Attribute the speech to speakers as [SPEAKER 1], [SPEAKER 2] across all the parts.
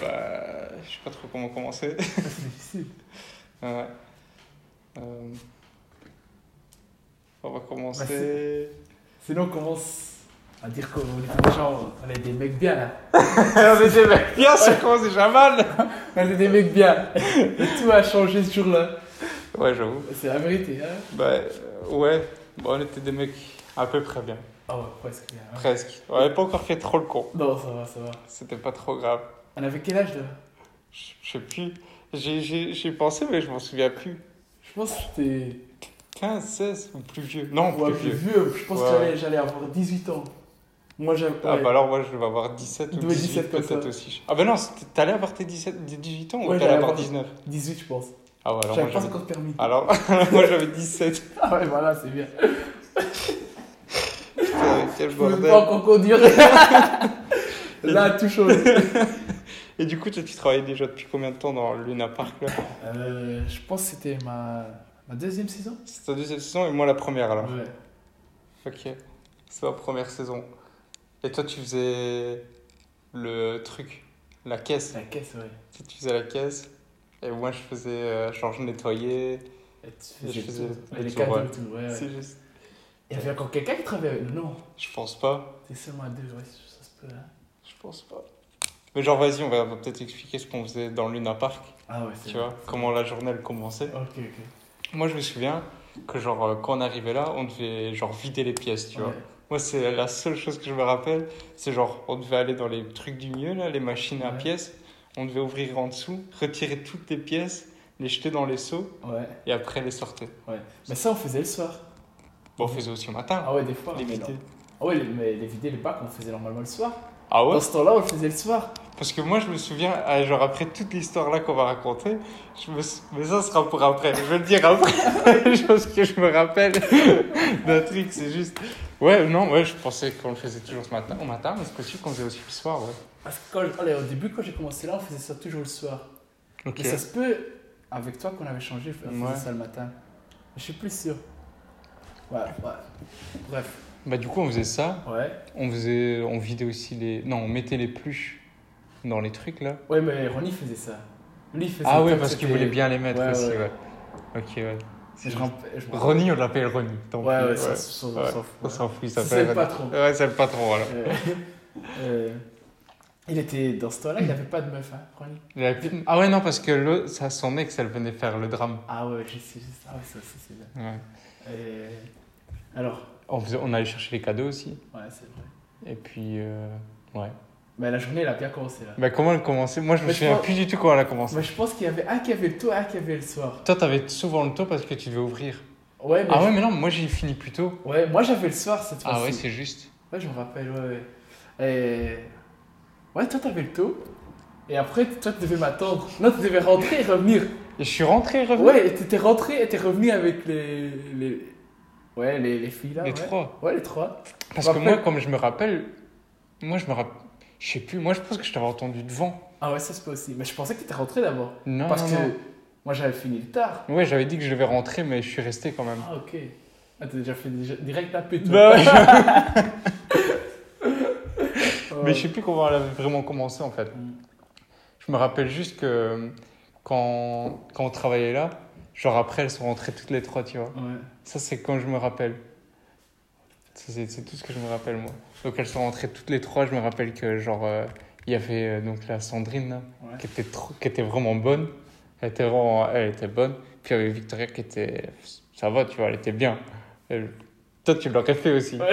[SPEAKER 1] Bah, je sais pas trop comment commencer.
[SPEAKER 2] C'est difficile.
[SPEAKER 1] ouais. Euh, On va
[SPEAKER 2] Bah,
[SPEAKER 1] commencer.
[SPEAKER 2] Sinon, on commence à dire qu'on est des gens, on est des mecs bien là.
[SPEAKER 1] on est des mecs bien, ça commence déjà mal.
[SPEAKER 2] On est des mecs bien. Et tout a changé ce jour-là.
[SPEAKER 1] Ouais, j'avoue.
[SPEAKER 2] C'est la vérité, hein.
[SPEAKER 1] Bah, euh, ouais. Bah, on était des mecs à peu près bien.
[SPEAKER 2] Ah ouais, presque bien. hein.
[SPEAKER 1] Presque. On avait pas encore fait trop le con.
[SPEAKER 2] Non, ça va, ça va.
[SPEAKER 1] C'était pas trop grave.
[SPEAKER 2] On avait quel âge là
[SPEAKER 1] Je je sais plus. J'ai- J'ai j'ai pensé, mais je m'en souviens plus.
[SPEAKER 2] Je pense que j'étais.
[SPEAKER 1] 15, 16 ou plus vieux. Non,
[SPEAKER 2] Ouais,
[SPEAKER 1] plus
[SPEAKER 2] plus
[SPEAKER 1] vieux.
[SPEAKER 2] vieux. Je pense
[SPEAKER 1] Ouais,
[SPEAKER 2] que j'allais- j'allais avoir 18 ans. Moi, j'avais.
[SPEAKER 1] Ah
[SPEAKER 2] ouais.
[SPEAKER 1] bah alors moi je vais avoir 17 ou
[SPEAKER 2] Ouais,
[SPEAKER 1] 18
[SPEAKER 2] 17 comme
[SPEAKER 1] peut-être
[SPEAKER 2] ça.
[SPEAKER 1] aussi. Ah bah non, c'était- t'allais avoir tes 17, tes 18 ans
[SPEAKER 2] Ouais,
[SPEAKER 1] ou t'allais
[SPEAKER 2] j'allais
[SPEAKER 1] avoir
[SPEAKER 2] avoir
[SPEAKER 1] 19
[SPEAKER 2] 18, je pense.
[SPEAKER 1] Ah ouais, alors moi
[SPEAKER 2] J'avais pas
[SPEAKER 1] j'avais... Ah.
[SPEAKER 2] encore permis.
[SPEAKER 1] Alors moi j'avais 17.
[SPEAKER 2] Ah ouais, voilà, c'est bien.
[SPEAKER 1] Putain, quel
[SPEAKER 2] Je pouvais pas
[SPEAKER 1] bordel.
[SPEAKER 2] encore conduire. là, tout chaud.
[SPEAKER 1] Et du coup toi tu travailles déjà depuis combien de temps dans le Luna Park là
[SPEAKER 2] Euh, je pense que c'était ma... ma deuxième saison.
[SPEAKER 1] C'est ta deuxième saison et moi la première alors.
[SPEAKER 2] Ouais.
[SPEAKER 1] Ok, c'est ma première saison. Et toi tu faisais le truc, la caisse.
[SPEAKER 2] La caisse, ouais.
[SPEAKER 1] Toi, Tu faisais la caisse et moi je faisais euh, genre je nettoyais.
[SPEAKER 2] Et tu
[SPEAKER 1] Et je
[SPEAKER 2] faisais
[SPEAKER 1] faisais
[SPEAKER 2] tout.
[SPEAKER 1] le
[SPEAKER 2] Et les
[SPEAKER 1] tour,
[SPEAKER 2] cadeaux
[SPEAKER 1] ouais.
[SPEAKER 2] et tout, ouais. ouais.
[SPEAKER 1] C'est juste...
[SPEAKER 2] Il y avait encore quelqu'un qui travaillait avec nous, non
[SPEAKER 1] Je pense pas.
[SPEAKER 2] C'est seulement à deux, ouais, ça se peut. hein.
[SPEAKER 1] Je pense pas. Mais genre, vas-y, on va, on va peut-être expliquer ce qu'on faisait dans le Luna Park,
[SPEAKER 2] Ah ouais, c'est
[SPEAKER 1] tu vois, comment la journée elle commençait.
[SPEAKER 2] Ok, ok.
[SPEAKER 1] Moi, je me souviens que, genre, euh, quand on arrivait là, on devait, genre, vider les pièces, tu vois.
[SPEAKER 2] Ouais.
[SPEAKER 1] Moi, c'est la seule chose que je me rappelle, c'est genre, on devait aller dans les trucs du mieux, là, les machines à
[SPEAKER 2] Ouais.
[SPEAKER 1] pièces, on devait ouvrir en dessous, retirer toutes les pièces, les jeter dans les seaux
[SPEAKER 2] ouais,
[SPEAKER 1] et après les sortir.
[SPEAKER 2] ouais. Mais ça, on faisait le soir.
[SPEAKER 1] Bon, on faisait aussi au matin,
[SPEAKER 2] Ah ouais, des fois.
[SPEAKER 1] les
[SPEAKER 2] mais
[SPEAKER 1] vider.
[SPEAKER 2] non. Ah ouais, les- mais les vidéos, les bacs, on le faisait normalement le soir.
[SPEAKER 1] Ah ouais
[SPEAKER 2] Dans ce temps-là, on le faisait le soir.
[SPEAKER 1] Parce que moi, je me souviens, ah, genre après toute l'histoire là qu'on va raconter, je me... sou- mais ça sera pour après. Je vais le dire après. Je pense que je me rappelle d'un truc, c'est juste. Ouais, non, ouais, je pensais qu'on le faisait toujours ce matin, au matin, mais c'est possible qu'on le faisait aussi le soir, ouais.
[SPEAKER 2] Parce que quand, allez, au début, quand j'ai commencé là, on faisait ça toujours le soir.
[SPEAKER 1] Ok.
[SPEAKER 2] Mais ça se peut, avec toi qu'on avait changé, on faisait
[SPEAKER 1] Ouais.
[SPEAKER 2] ça le matin. Je suis plus sûr. Ouais, ouais. Bref,
[SPEAKER 1] Bah, du coup, on faisait ça.
[SPEAKER 2] ouais.
[SPEAKER 1] On faisait, on vidait aussi les. Non, on mettait les pluches dans les trucs là.
[SPEAKER 2] Ouais, mais Ronnie faisait ça. Lui, il faisait
[SPEAKER 1] Ah ouais,
[SPEAKER 2] comme
[SPEAKER 1] parce
[SPEAKER 2] c'était-
[SPEAKER 1] qu'il voulait bien les mettre
[SPEAKER 2] Ouais,
[SPEAKER 1] aussi,
[SPEAKER 2] ouais.
[SPEAKER 1] ouais. Ok, ouais.
[SPEAKER 2] Mais Je rampe- je rampe-
[SPEAKER 1] Ronnie, on l'appelle Ronnie. tant
[SPEAKER 2] Ouais,
[SPEAKER 1] pis,
[SPEAKER 2] ouais, ça, ça, on
[SPEAKER 1] Ouais.
[SPEAKER 2] s'en
[SPEAKER 1] On
[SPEAKER 2] fout.
[SPEAKER 1] s'en fout, il
[SPEAKER 2] C'est
[SPEAKER 1] s'appelle
[SPEAKER 2] le
[SPEAKER 1] Ronnie.
[SPEAKER 2] patron.
[SPEAKER 1] Ouais, c'est le patron, voilà.
[SPEAKER 2] Euh, euh, il était dans ce temps-là, il n'avait pas de meuf, hein, Ronnie.
[SPEAKER 1] Il y avait plus- Ah ouais, non, parce que le... ça, son ex, elle venait faire le drame.
[SPEAKER 2] Ah ouais, je sais, je sais. Ah ouais, ça, ça, c'est bien.
[SPEAKER 1] Ouais.
[SPEAKER 2] Euh, alors,
[SPEAKER 1] On, faisait- on allait chercher les cadeaux aussi.
[SPEAKER 2] ouais, c'est vrai.
[SPEAKER 1] Et puis, euh, ouais.
[SPEAKER 2] Mais la journée, elle a bien commencé là.
[SPEAKER 1] Bah, comment elle commençait Moi, je me
[SPEAKER 2] Mais je
[SPEAKER 1] souviens
[SPEAKER 2] pense-
[SPEAKER 1] plus du tout comment elle a commencé.
[SPEAKER 2] Mais je pense qu'il y avait un qui avait le tôt, un qui avait le soir.
[SPEAKER 1] Toi, t'avais souvent le taux parce que tu devais ouvrir.
[SPEAKER 2] Ouais, mais
[SPEAKER 1] Ah
[SPEAKER 2] je-
[SPEAKER 1] ouais, mais non, moi, j'ai fini plus tôt.
[SPEAKER 2] Ouais, moi j'avais le soir cette fois-ci.
[SPEAKER 1] Ah ouais, c'est juste.
[SPEAKER 2] Ouais, je me rappelle, ouais, ouais. Et... Ouais, toi t'avais le taux. Et après, toi tu devais m'attendre. Non, tu devais rentrer et revenir.
[SPEAKER 1] Et je suis rentré et revenu.
[SPEAKER 2] Ouais, et t'étais rentré et t'es revenu avec les. les... Ouais, les, les filles là.
[SPEAKER 1] les
[SPEAKER 2] ouais.
[SPEAKER 1] trois.
[SPEAKER 2] Ouais, les trois.
[SPEAKER 1] Parce
[SPEAKER 2] Bah,
[SPEAKER 1] que
[SPEAKER 2] après-
[SPEAKER 1] moi, comme je me rappelle, moi, je me rappelle. Je sais plus, moi, je pense que je t'avais entendu devant.
[SPEAKER 2] Ah ouais, ça se peut aussi. Mais je pensais que t'étais rentré d'abord.
[SPEAKER 1] Non,
[SPEAKER 2] Parce
[SPEAKER 1] non,
[SPEAKER 2] que
[SPEAKER 1] non.
[SPEAKER 2] moi j'avais fini tard.
[SPEAKER 1] Ouais, j'avais dit que je devais rentrer, mais je suis resté quand même.
[SPEAKER 2] Ah, ok. Ah, t'as déjà fait déjà- direct la pute.
[SPEAKER 1] Bah,
[SPEAKER 2] ouais.
[SPEAKER 1] je- Mais
[SPEAKER 2] Ouais.
[SPEAKER 1] je sais plus comment elle avait vraiment commencé en fait.
[SPEAKER 2] Mm.
[SPEAKER 1] Je me rappelle juste que quand, quand on travaillait là, genre après elles sont rentrées toutes les trois, tu vois.
[SPEAKER 2] Ouais.
[SPEAKER 1] Ça c'est quand je me rappelle. Ça, C'est c'est tout ce que je me rappelle moi. Donc elles sont rentrées toutes les trois, je me rappelle que genre euh, il y avait euh, donc la Sandrine là,
[SPEAKER 2] Ouais.
[SPEAKER 1] qui, était trop- qui était vraiment bonne. Elle était vraiment elle était bonne. Puis il y avait Victoria qui était... Ça va, tu vois, elle était bien. Elle- Toi tu l'aurais fait aussi.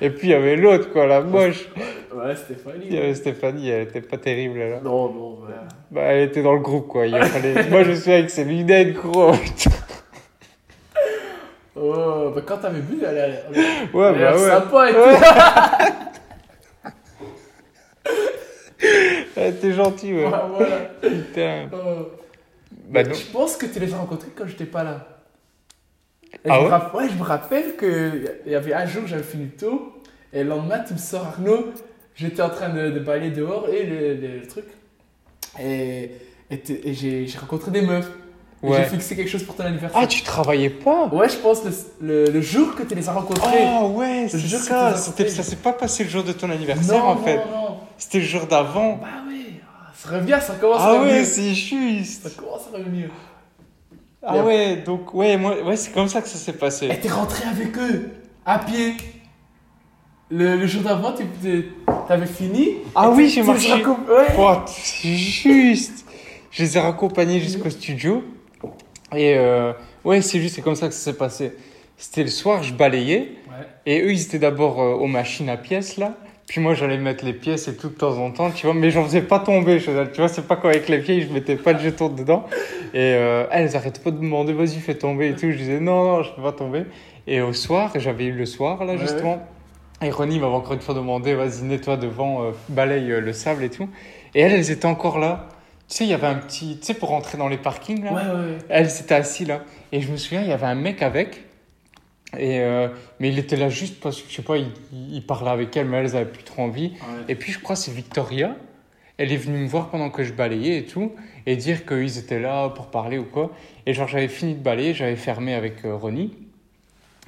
[SPEAKER 1] Et puis il y avait l'autre quoi, la moche.
[SPEAKER 2] Ouais, Stéphanie.
[SPEAKER 1] Il y avait Stéphanie, elle était pas terrible là.
[SPEAKER 2] Non, non, ouais.
[SPEAKER 1] Bah, elle était dans le groupe quoi. Il fallait... Moi je suis avec ses lunettes gros. putain.
[SPEAKER 2] Oh, bah quand t'avais bu, elle a elle a-
[SPEAKER 1] Ouais,
[SPEAKER 2] elle a
[SPEAKER 1] bah
[SPEAKER 2] l'air
[SPEAKER 1] ouais.
[SPEAKER 2] sympa et tout.
[SPEAKER 1] Ouais. Elle était gentille, ouais.
[SPEAKER 2] Ouais, voilà.
[SPEAKER 1] Putain.
[SPEAKER 2] Oh.
[SPEAKER 1] Bah, non.
[SPEAKER 2] Je pense que tu les as rencontrés quand j'étais pas là. Et
[SPEAKER 1] Ah
[SPEAKER 2] je me
[SPEAKER 1] ouais
[SPEAKER 2] rapp- je me rappelle qu'il y avait un jour, j'avais fini tôt, et le lendemain, tu me sors Arnaud, j'étais en train de, de balayer dehors et le, le- le truc. Et, et t'es- et j'ai j'ai rencontré des meufs. Et
[SPEAKER 1] Ouais.
[SPEAKER 2] J'ai fixé quelque chose pour ton anniversaire.
[SPEAKER 1] Ah, tu travaillais pas
[SPEAKER 2] Ouais, je pense le, le- le jour que tu les as rencontrés.
[SPEAKER 1] Ah ouais, c'est
[SPEAKER 2] jure que
[SPEAKER 1] ça.
[SPEAKER 2] t'es
[SPEAKER 1] C'était-
[SPEAKER 2] raconté.
[SPEAKER 1] Ça s'est pas passé le jour de ton
[SPEAKER 2] non,
[SPEAKER 1] anniversaire
[SPEAKER 2] non,
[SPEAKER 1] en fait.
[SPEAKER 2] non,
[SPEAKER 1] C'était le jour d'avant.
[SPEAKER 2] Bah oui, ah, ça revient, ça commence à
[SPEAKER 1] Ah
[SPEAKER 2] revenir.
[SPEAKER 1] ouais, c'est juste.
[SPEAKER 2] Ça commence à revenir.
[SPEAKER 1] Ah
[SPEAKER 2] Et-
[SPEAKER 1] ouais, donc ouais, moi, ouais, c'est comme ça que ça s'est passé.
[SPEAKER 2] Et t'es rentré avec eux, à pied. Le, le jour d'avant, tu- tu- t'avais fini.
[SPEAKER 1] Ah
[SPEAKER 2] et
[SPEAKER 1] oui,
[SPEAKER 2] tu-
[SPEAKER 1] j'ai
[SPEAKER 2] tu
[SPEAKER 1] marché.
[SPEAKER 2] les raccom- ouais.
[SPEAKER 1] Pouah, c'est juste. Je les ai raccompagnés jusqu'au studio. Et euh, ouais, c'est juste, c'est comme ça que ça s'est passé. C'était le soir, je balayais.
[SPEAKER 2] Ouais.
[SPEAKER 1] Et eux, ils étaient d'abord euh, aux machines à pièces, là. Puis moi, j'allais mettre les pièces et tout de temps en temps, tu vois. Mais j'en faisais pas tomber, je faisais- tu vois. C'est pas quoi avec les pieds, je mettais pas de jetons dedans. Et euh, elles arrêtent pas de me demander, vas-y, fais tomber et tout. Je disais, non, non, je peux pas tomber. Et au soir, j'avais eu le soir, là,
[SPEAKER 2] Ouais.
[SPEAKER 1] justement. Et Ronnie m'avait encore une fois demandé, vas-y, nettoie devant, euh, balaye euh, le sable et tout. Et elles, elles étaient encore là. Tu sais, il y avait un petit. Tu sais, pour rentrer dans les parkings, là.
[SPEAKER 2] Ouais, ouais, ouais.
[SPEAKER 1] Elle s'était assise là. Et je me souviens, il y avait un mec avec. Et euh, mais il était là juste parce que, je sais pas, il, il- il parlait avec elle, mais elle n'avait plus trop envie. Et puis, je crois que c'est Victoria. Elle est venue me voir pendant que je balayais et tout. Et dire qu'ils étaient là pour parler ou quoi. Et genre, j'avais fini de balayer, j'avais fermé avec euh, Ronnie.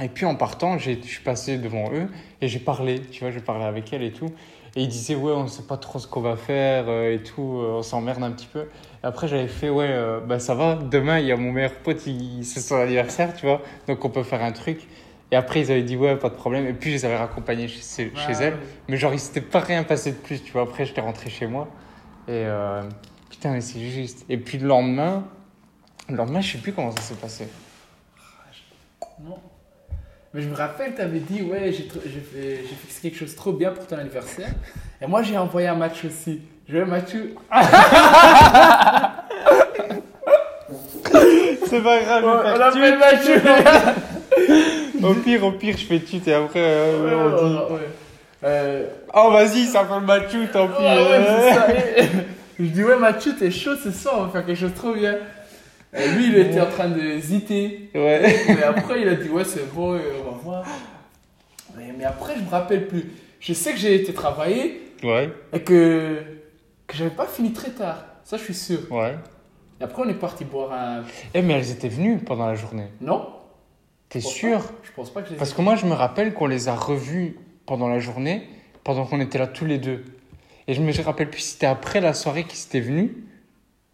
[SPEAKER 1] Et puis, en partant, j'ai- je suis passé devant eux et j'ai parlé. Tu vois, j'ai parlé avec elle et tout. Et ils disaient, ouais, on sait pas trop ce qu'on va faire euh, et tout. euh, on s'emmerde un petit peu. Après, j'avais fait, ouais, euh, bah ça va, demain, il y a mon meilleur pote, il- c'est son anniversaire, tu vois, donc on peut faire un truc. Et après, ils avaient dit, ouais, pas de problème. Et puis, je les avais raccompagnés chez, chez
[SPEAKER 2] Ouais,
[SPEAKER 1] elle.
[SPEAKER 2] ouais.
[SPEAKER 1] Mais genre, il s'était pas rien passé de plus, tu vois. Après, j'étais rentré chez moi. Et euh, putain, mais c'est juste. Et puis, le lendemain, le lendemain, je sais plus comment ça s'est passé.
[SPEAKER 2] Non. Mais je me rappelle, t'avais dit, ouais, j'ai tr- j'ai fait- j'ai fixé quelque chose de trop bien pour ton anniversaire. Et moi, j'ai envoyé un match aussi. Je vais Mathieu.
[SPEAKER 1] C'est pas grave,
[SPEAKER 2] On appelle Mathieu.
[SPEAKER 1] Au pire, au pire, je fais tute et après,
[SPEAKER 2] Ouais,
[SPEAKER 1] on dit,
[SPEAKER 2] ouais, ouais. Euh,
[SPEAKER 1] oh, vas-y, ça fait Mathieu, tant pis.
[SPEAKER 2] Ah ouais, c'est ça. Et- Je dis, ouais, Mathieu, t'es chaud, c'est ça, on va faire quelque chose de trop bien. Et lui, il était en train de ziter.
[SPEAKER 1] ouais.
[SPEAKER 2] Mais après, il a dit, ouais, c'est bon, euh, on va voir. Mais, mais après, je me rappelle plus. Je sais que j'ai été travailler
[SPEAKER 1] Ouais,
[SPEAKER 2] et que, que j'avais pas fini très tard. Ça, je suis sûr.
[SPEAKER 1] ouais.
[SPEAKER 2] Et après, on est parti boire un.
[SPEAKER 1] Eh, mais elles étaient venues pendant la journée.
[SPEAKER 2] Non
[SPEAKER 1] T'es
[SPEAKER 2] je pense
[SPEAKER 1] sûr
[SPEAKER 2] pas. Je pense pas que je les ai-
[SPEAKER 1] Parce que moi, je me rappelle qu'on les a revus pendant la journée, pendant qu'on était là tous les deux. Et je me rappelle plus si c'était après la soirée qu'ils étaient venus.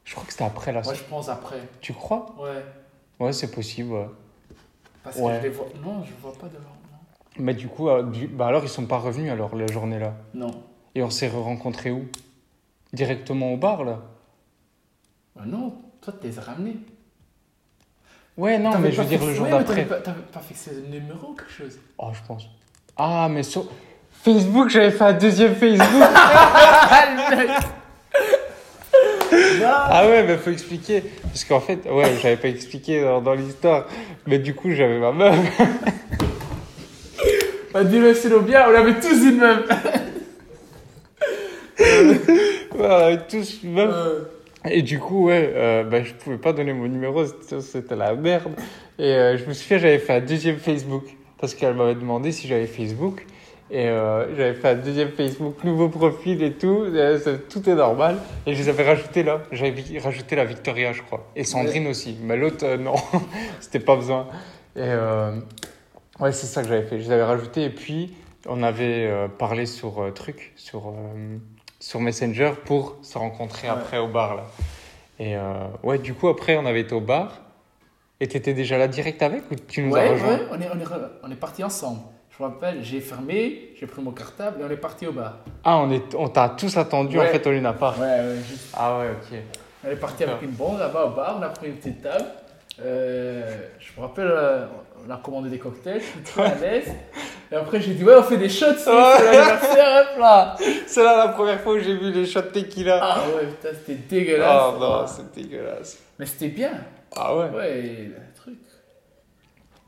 [SPEAKER 1] Je crois que c'était après la
[SPEAKER 2] Ouais,
[SPEAKER 1] soirée.
[SPEAKER 2] je pense après.
[SPEAKER 1] Tu crois
[SPEAKER 2] Ouais.
[SPEAKER 1] Ouais, c'est possible. ouais.
[SPEAKER 2] Parce
[SPEAKER 1] Ouais.
[SPEAKER 2] que je les vois. Non, je vois pas de leur nom.
[SPEAKER 1] Mais du coup, euh, du- bah alors ils sont pas revenus alors la journée là.
[SPEAKER 2] Non.
[SPEAKER 1] Et on s'est rencontrés où Directement au bar là.
[SPEAKER 2] Bah non, toi, tu les as ramenés.
[SPEAKER 1] Ouais, non,
[SPEAKER 2] T'avais
[SPEAKER 1] mais je
[SPEAKER 2] pas
[SPEAKER 1] veux dire
[SPEAKER 2] fixé-
[SPEAKER 1] le jour
[SPEAKER 2] ouais, mais
[SPEAKER 1] d'après.
[SPEAKER 2] T'avais pas, t'avais pas fixé le numéro ou quelque chose
[SPEAKER 1] Oh, je pense. Ah, mais sur Facebook, j'avais fait un deuxième Facebook. Ah ouais, mais faut expliquer. Parce qu'en fait, ouais, j'avais pas expliqué dans, dans l'histoire. Mais du coup, j'avais ma meuf.
[SPEAKER 2] Bah dis-le, c'est le bien, on avait tous une même
[SPEAKER 1] Ouais, on avait tous une meuf. Et du coup, ouais, euh, bah, je pouvais pas donner mon numéro, c'était c'était la merde. Et euh, je me souviens, j'avais fait un deuxième Facebook. Parce qu'elle m'avait demandé si j'avais Facebook. Et euh, j'avais fait un deuxième Facebook, nouveau profil et tout. euh, ça- tout est normal. Et je les avais rajoutés là. J'avais vi- rajouté la Victoria, je crois. Et Sandrine aussi. Mais l'autre, euh, non. C'était pas besoin. Et euh, ouais, c'est ça que j'avais fait. Je les avais rajoutés. Et puis, on avait euh, parlé sur euh, truc, sur, euh, sur Messenger pour se rencontrer
[SPEAKER 2] Ouais.
[SPEAKER 1] après au bar là. Et euh, ouais, du coup, après, on avait été au bar. Et t'étais déjà là direct avec ou tu nous as
[SPEAKER 2] Ouais,
[SPEAKER 1] rejoint
[SPEAKER 2] ouais, on est, on est, re- on est partis ensemble. Je me rappelle, j'ai fermé, j'ai pris mon cartable et on est parti au bar.
[SPEAKER 1] Ah, on est- on t'a tous attendu en
[SPEAKER 2] Ouais.
[SPEAKER 1] fait au Luna Park.
[SPEAKER 2] Ouais, ouais, juste.
[SPEAKER 1] Ah ouais, Ah. ok.
[SPEAKER 2] On est parti avec une bande là-bas au bar, on a pris une petite table. Euh, je me rappelle, euh, on a commandé des cocktails, je suis très à l'aise. Et après, j'ai dit, ouais, on fait des shots, c'est
[SPEAKER 1] Ouais.
[SPEAKER 2] l'anniversaire, hop là
[SPEAKER 1] C'est là la première fois où j'ai vu les shots tequila.
[SPEAKER 2] Ah ouais, putain, c'était dégueulasse.
[SPEAKER 1] Ah non, c'est dégueulasse.
[SPEAKER 2] Mais c'était bien.
[SPEAKER 1] Ah ouais.
[SPEAKER 2] Ouais, et le truc.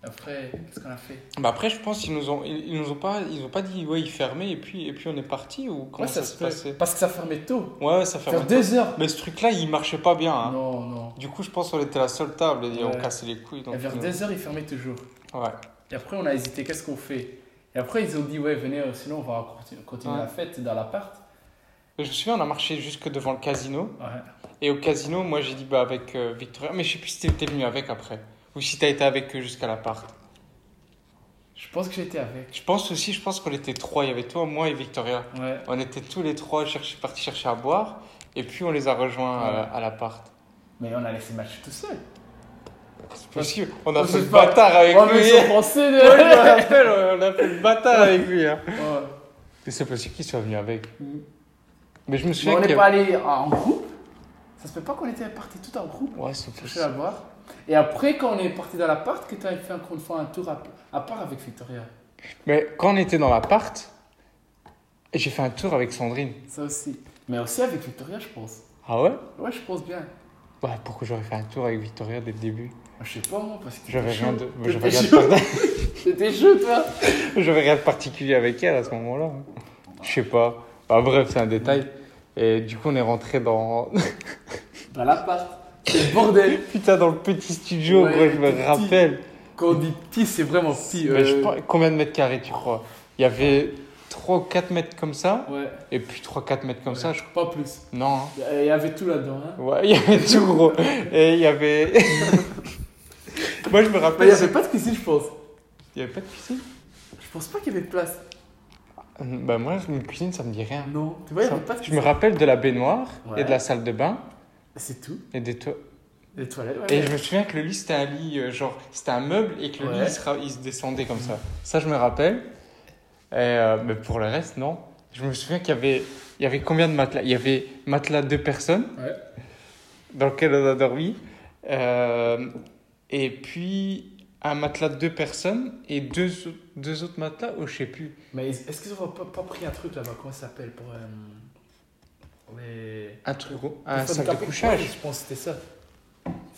[SPEAKER 2] Après, qu'est-ce qu'on a fait
[SPEAKER 1] Bah après, je pense qu'ils nous ont, ils, ils nous ont pas, ils ont pas dit ouais, ils fermaient et puis et puis on est parti ou comment
[SPEAKER 2] Ouais,
[SPEAKER 1] ça,
[SPEAKER 2] se
[SPEAKER 1] s'est
[SPEAKER 2] peut.
[SPEAKER 1] passé
[SPEAKER 2] Parce que ça fermait tôt.
[SPEAKER 1] Ouais, ouais, ça
[SPEAKER 2] Faire
[SPEAKER 1] fermait.
[SPEAKER 2] deux heures.
[SPEAKER 1] Mais ce truc-là, il marchait pas bien. hein.
[SPEAKER 2] Non, non.
[SPEAKER 1] Du coup, je pense qu'on était la seule table et on
[SPEAKER 2] Ouais.
[SPEAKER 1] cassait les couilles.
[SPEAKER 2] Et
[SPEAKER 1] Donc,
[SPEAKER 2] vers
[SPEAKER 1] euh,
[SPEAKER 2] deux heures, ils fermaient toujours.
[SPEAKER 1] Ouais.
[SPEAKER 2] Et après, on a hésité, qu'est-ce qu'on fait Et après, ils ont dit, ouais, venez, euh, sinon on va continu- continuer
[SPEAKER 1] Ouais.
[SPEAKER 2] la fête dans l'appart.
[SPEAKER 1] Mais je me souviens, on a marché jusque devant le casino.
[SPEAKER 2] Ouais.
[SPEAKER 1] Et au casino, moi, j'ai dit bah avec euh, Victoria. Mais je sais plus si t'étais venu avec après ou si t'as été avec eux jusqu'à l'appart. Je
[SPEAKER 2] Je pense que j'étais avec.
[SPEAKER 1] Je pense aussi, je pense qu'on était trois. Il y avait toi, moi et Victoria.
[SPEAKER 2] Ouais.
[SPEAKER 1] On était tous les trois chercher, partis chercher à boire. Et puis on les a rejoints à, à l'appart.
[SPEAKER 2] Mais on a laissé match tout seul.
[SPEAKER 1] C'est possible. On a
[SPEAKER 2] Je
[SPEAKER 1] fait
[SPEAKER 2] sais
[SPEAKER 1] le
[SPEAKER 2] pas.
[SPEAKER 1] bâtard avec
[SPEAKER 2] Oh, mais
[SPEAKER 1] lui.
[SPEAKER 2] ils sont français,
[SPEAKER 1] Oui, je me
[SPEAKER 2] de...
[SPEAKER 1] rappelle, on a fait le bâtard avec lui. hein.
[SPEAKER 2] Ouais.
[SPEAKER 1] Et c'est possible qu'il soit venu avec. Mais je me
[SPEAKER 2] Mais
[SPEAKER 1] souviens
[SPEAKER 2] on
[SPEAKER 1] qu'il y
[SPEAKER 2] n'est
[SPEAKER 1] avait-
[SPEAKER 2] pas allé en groupe. Ça se peut pas qu'on était partis tout en groupe.
[SPEAKER 1] Ouais, c'est
[SPEAKER 2] Je vais la
[SPEAKER 1] possible.
[SPEAKER 2] voir. Et après, quand on est parti dans l'appart, que tu as fait encore une fois un tour à, à part avec Victoria.
[SPEAKER 1] Mais quand on était dans l'appart, j'ai fait un tour avec Sandrine.
[SPEAKER 2] Ça aussi. Mais aussi avec Victoria, je pense.
[SPEAKER 1] Ah ouais
[SPEAKER 2] Ouais, je pense bien.
[SPEAKER 1] Bah pourquoi j'aurais fait un tour avec Victoria dès le début
[SPEAKER 2] Je sais pas, moi, parce que.
[SPEAKER 1] J'avais rien de...
[SPEAKER 2] t'étais
[SPEAKER 1] J'avais rien
[SPEAKER 2] chaud.
[SPEAKER 1] de...
[SPEAKER 2] T'étais chaud, toi.
[SPEAKER 1] J'avais rien de particulier avec elle à ce moment-là. hein. Je sais pas. Bah bref, c'est un détail. Et du coup, on est rentré dans...
[SPEAKER 2] Dans l'appart. C'est le bordel.
[SPEAKER 1] Putain, dans le petit studio,
[SPEAKER 2] Ouais,
[SPEAKER 1] gros, je me
[SPEAKER 2] petit.
[SPEAKER 1] rappelle.
[SPEAKER 2] Quand on dit petit, c'est vraiment petit.
[SPEAKER 1] Mais
[SPEAKER 2] euh,
[SPEAKER 1] je pense- combien de mètres carrés tu crois Il y avait 3 ou 4 mètres comme ça,
[SPEAKER 2] Ouais,
[SPEAKER 1] et puis 3-4 mètres comme ça, je
[SPEAKER 2] pas plus.
[SPEAKER 1] Non. hein.
[SPEAKER 2] Il y avait tout là-dedans. Hein.
[SPEAKER 1] Ouais, il y avait tout gros. Et il y avait. Moi je me
[SPEAKER 2] Mais il n'y
[SPEAKER 1] rappelle.
[SPEAKER 2] avait pas de cuisine, je pense.
[SPEAKER 1] Il y avait pas de cuisine
[SPEAKER 2] Je pense pas qu'il y avait de place.
[SPEAKER 1] Bah moi, une cuisine ça me dit rien.
[SPEAKER 2] Non. Tu vois, il n'y avait
[SPEAKER 1] Ça-
[SPEAKER 2] pas de
[SPEAKER 1] Je me
[SPEAKER 2] cuisine.
[SPEAKER 1] rappelle de la baignoire et
[SPEAKER 2] Ouais.
[SPEAKER 1] de la salle de bain
[SPEAKER 2] C'est tout.
[SPEAKER 1] et des to-
[SPEAKER 2] Les toilettes, Ah ouais.
[SPEAKER 1] Et je me souviens que le lit c'était un lit, euh, genre c'était un meuble et que le lit
[SPEAKER 2] Ouais.
[SPEAKER 1] il se, ra- il se descendait comme ça. Ça je me rappelle. Et, euh, mais pour le reste, non. Je me souviens qu'il y avait, il y avait combien de matelas Il y avait matelas deux personnes
[SPEAKER 2] Ouais.
[SPEAKER 1] dans lequel on a dormi. Euh, et puis un matelas de deux personnes et deux, au- deux autres matelas, oh, je sais plus.
[SPEAKER 2] Mais est-ce qu'ils n'auraient pas, pas pris un truc là-bas Comment ça s'appelle pour. euh, les...
[SPEAKER 1] Un truc, gros,
[SPEAKER 2] les
[SPEAKER 1] un
[SPEAKER 2] femmes
[SPEAKER 1] sac de
[SPEAKER 2] tapées Ouais,
[SPEAKER 1] couchage.
[SPEAKER 2] Je pense que c'était ça.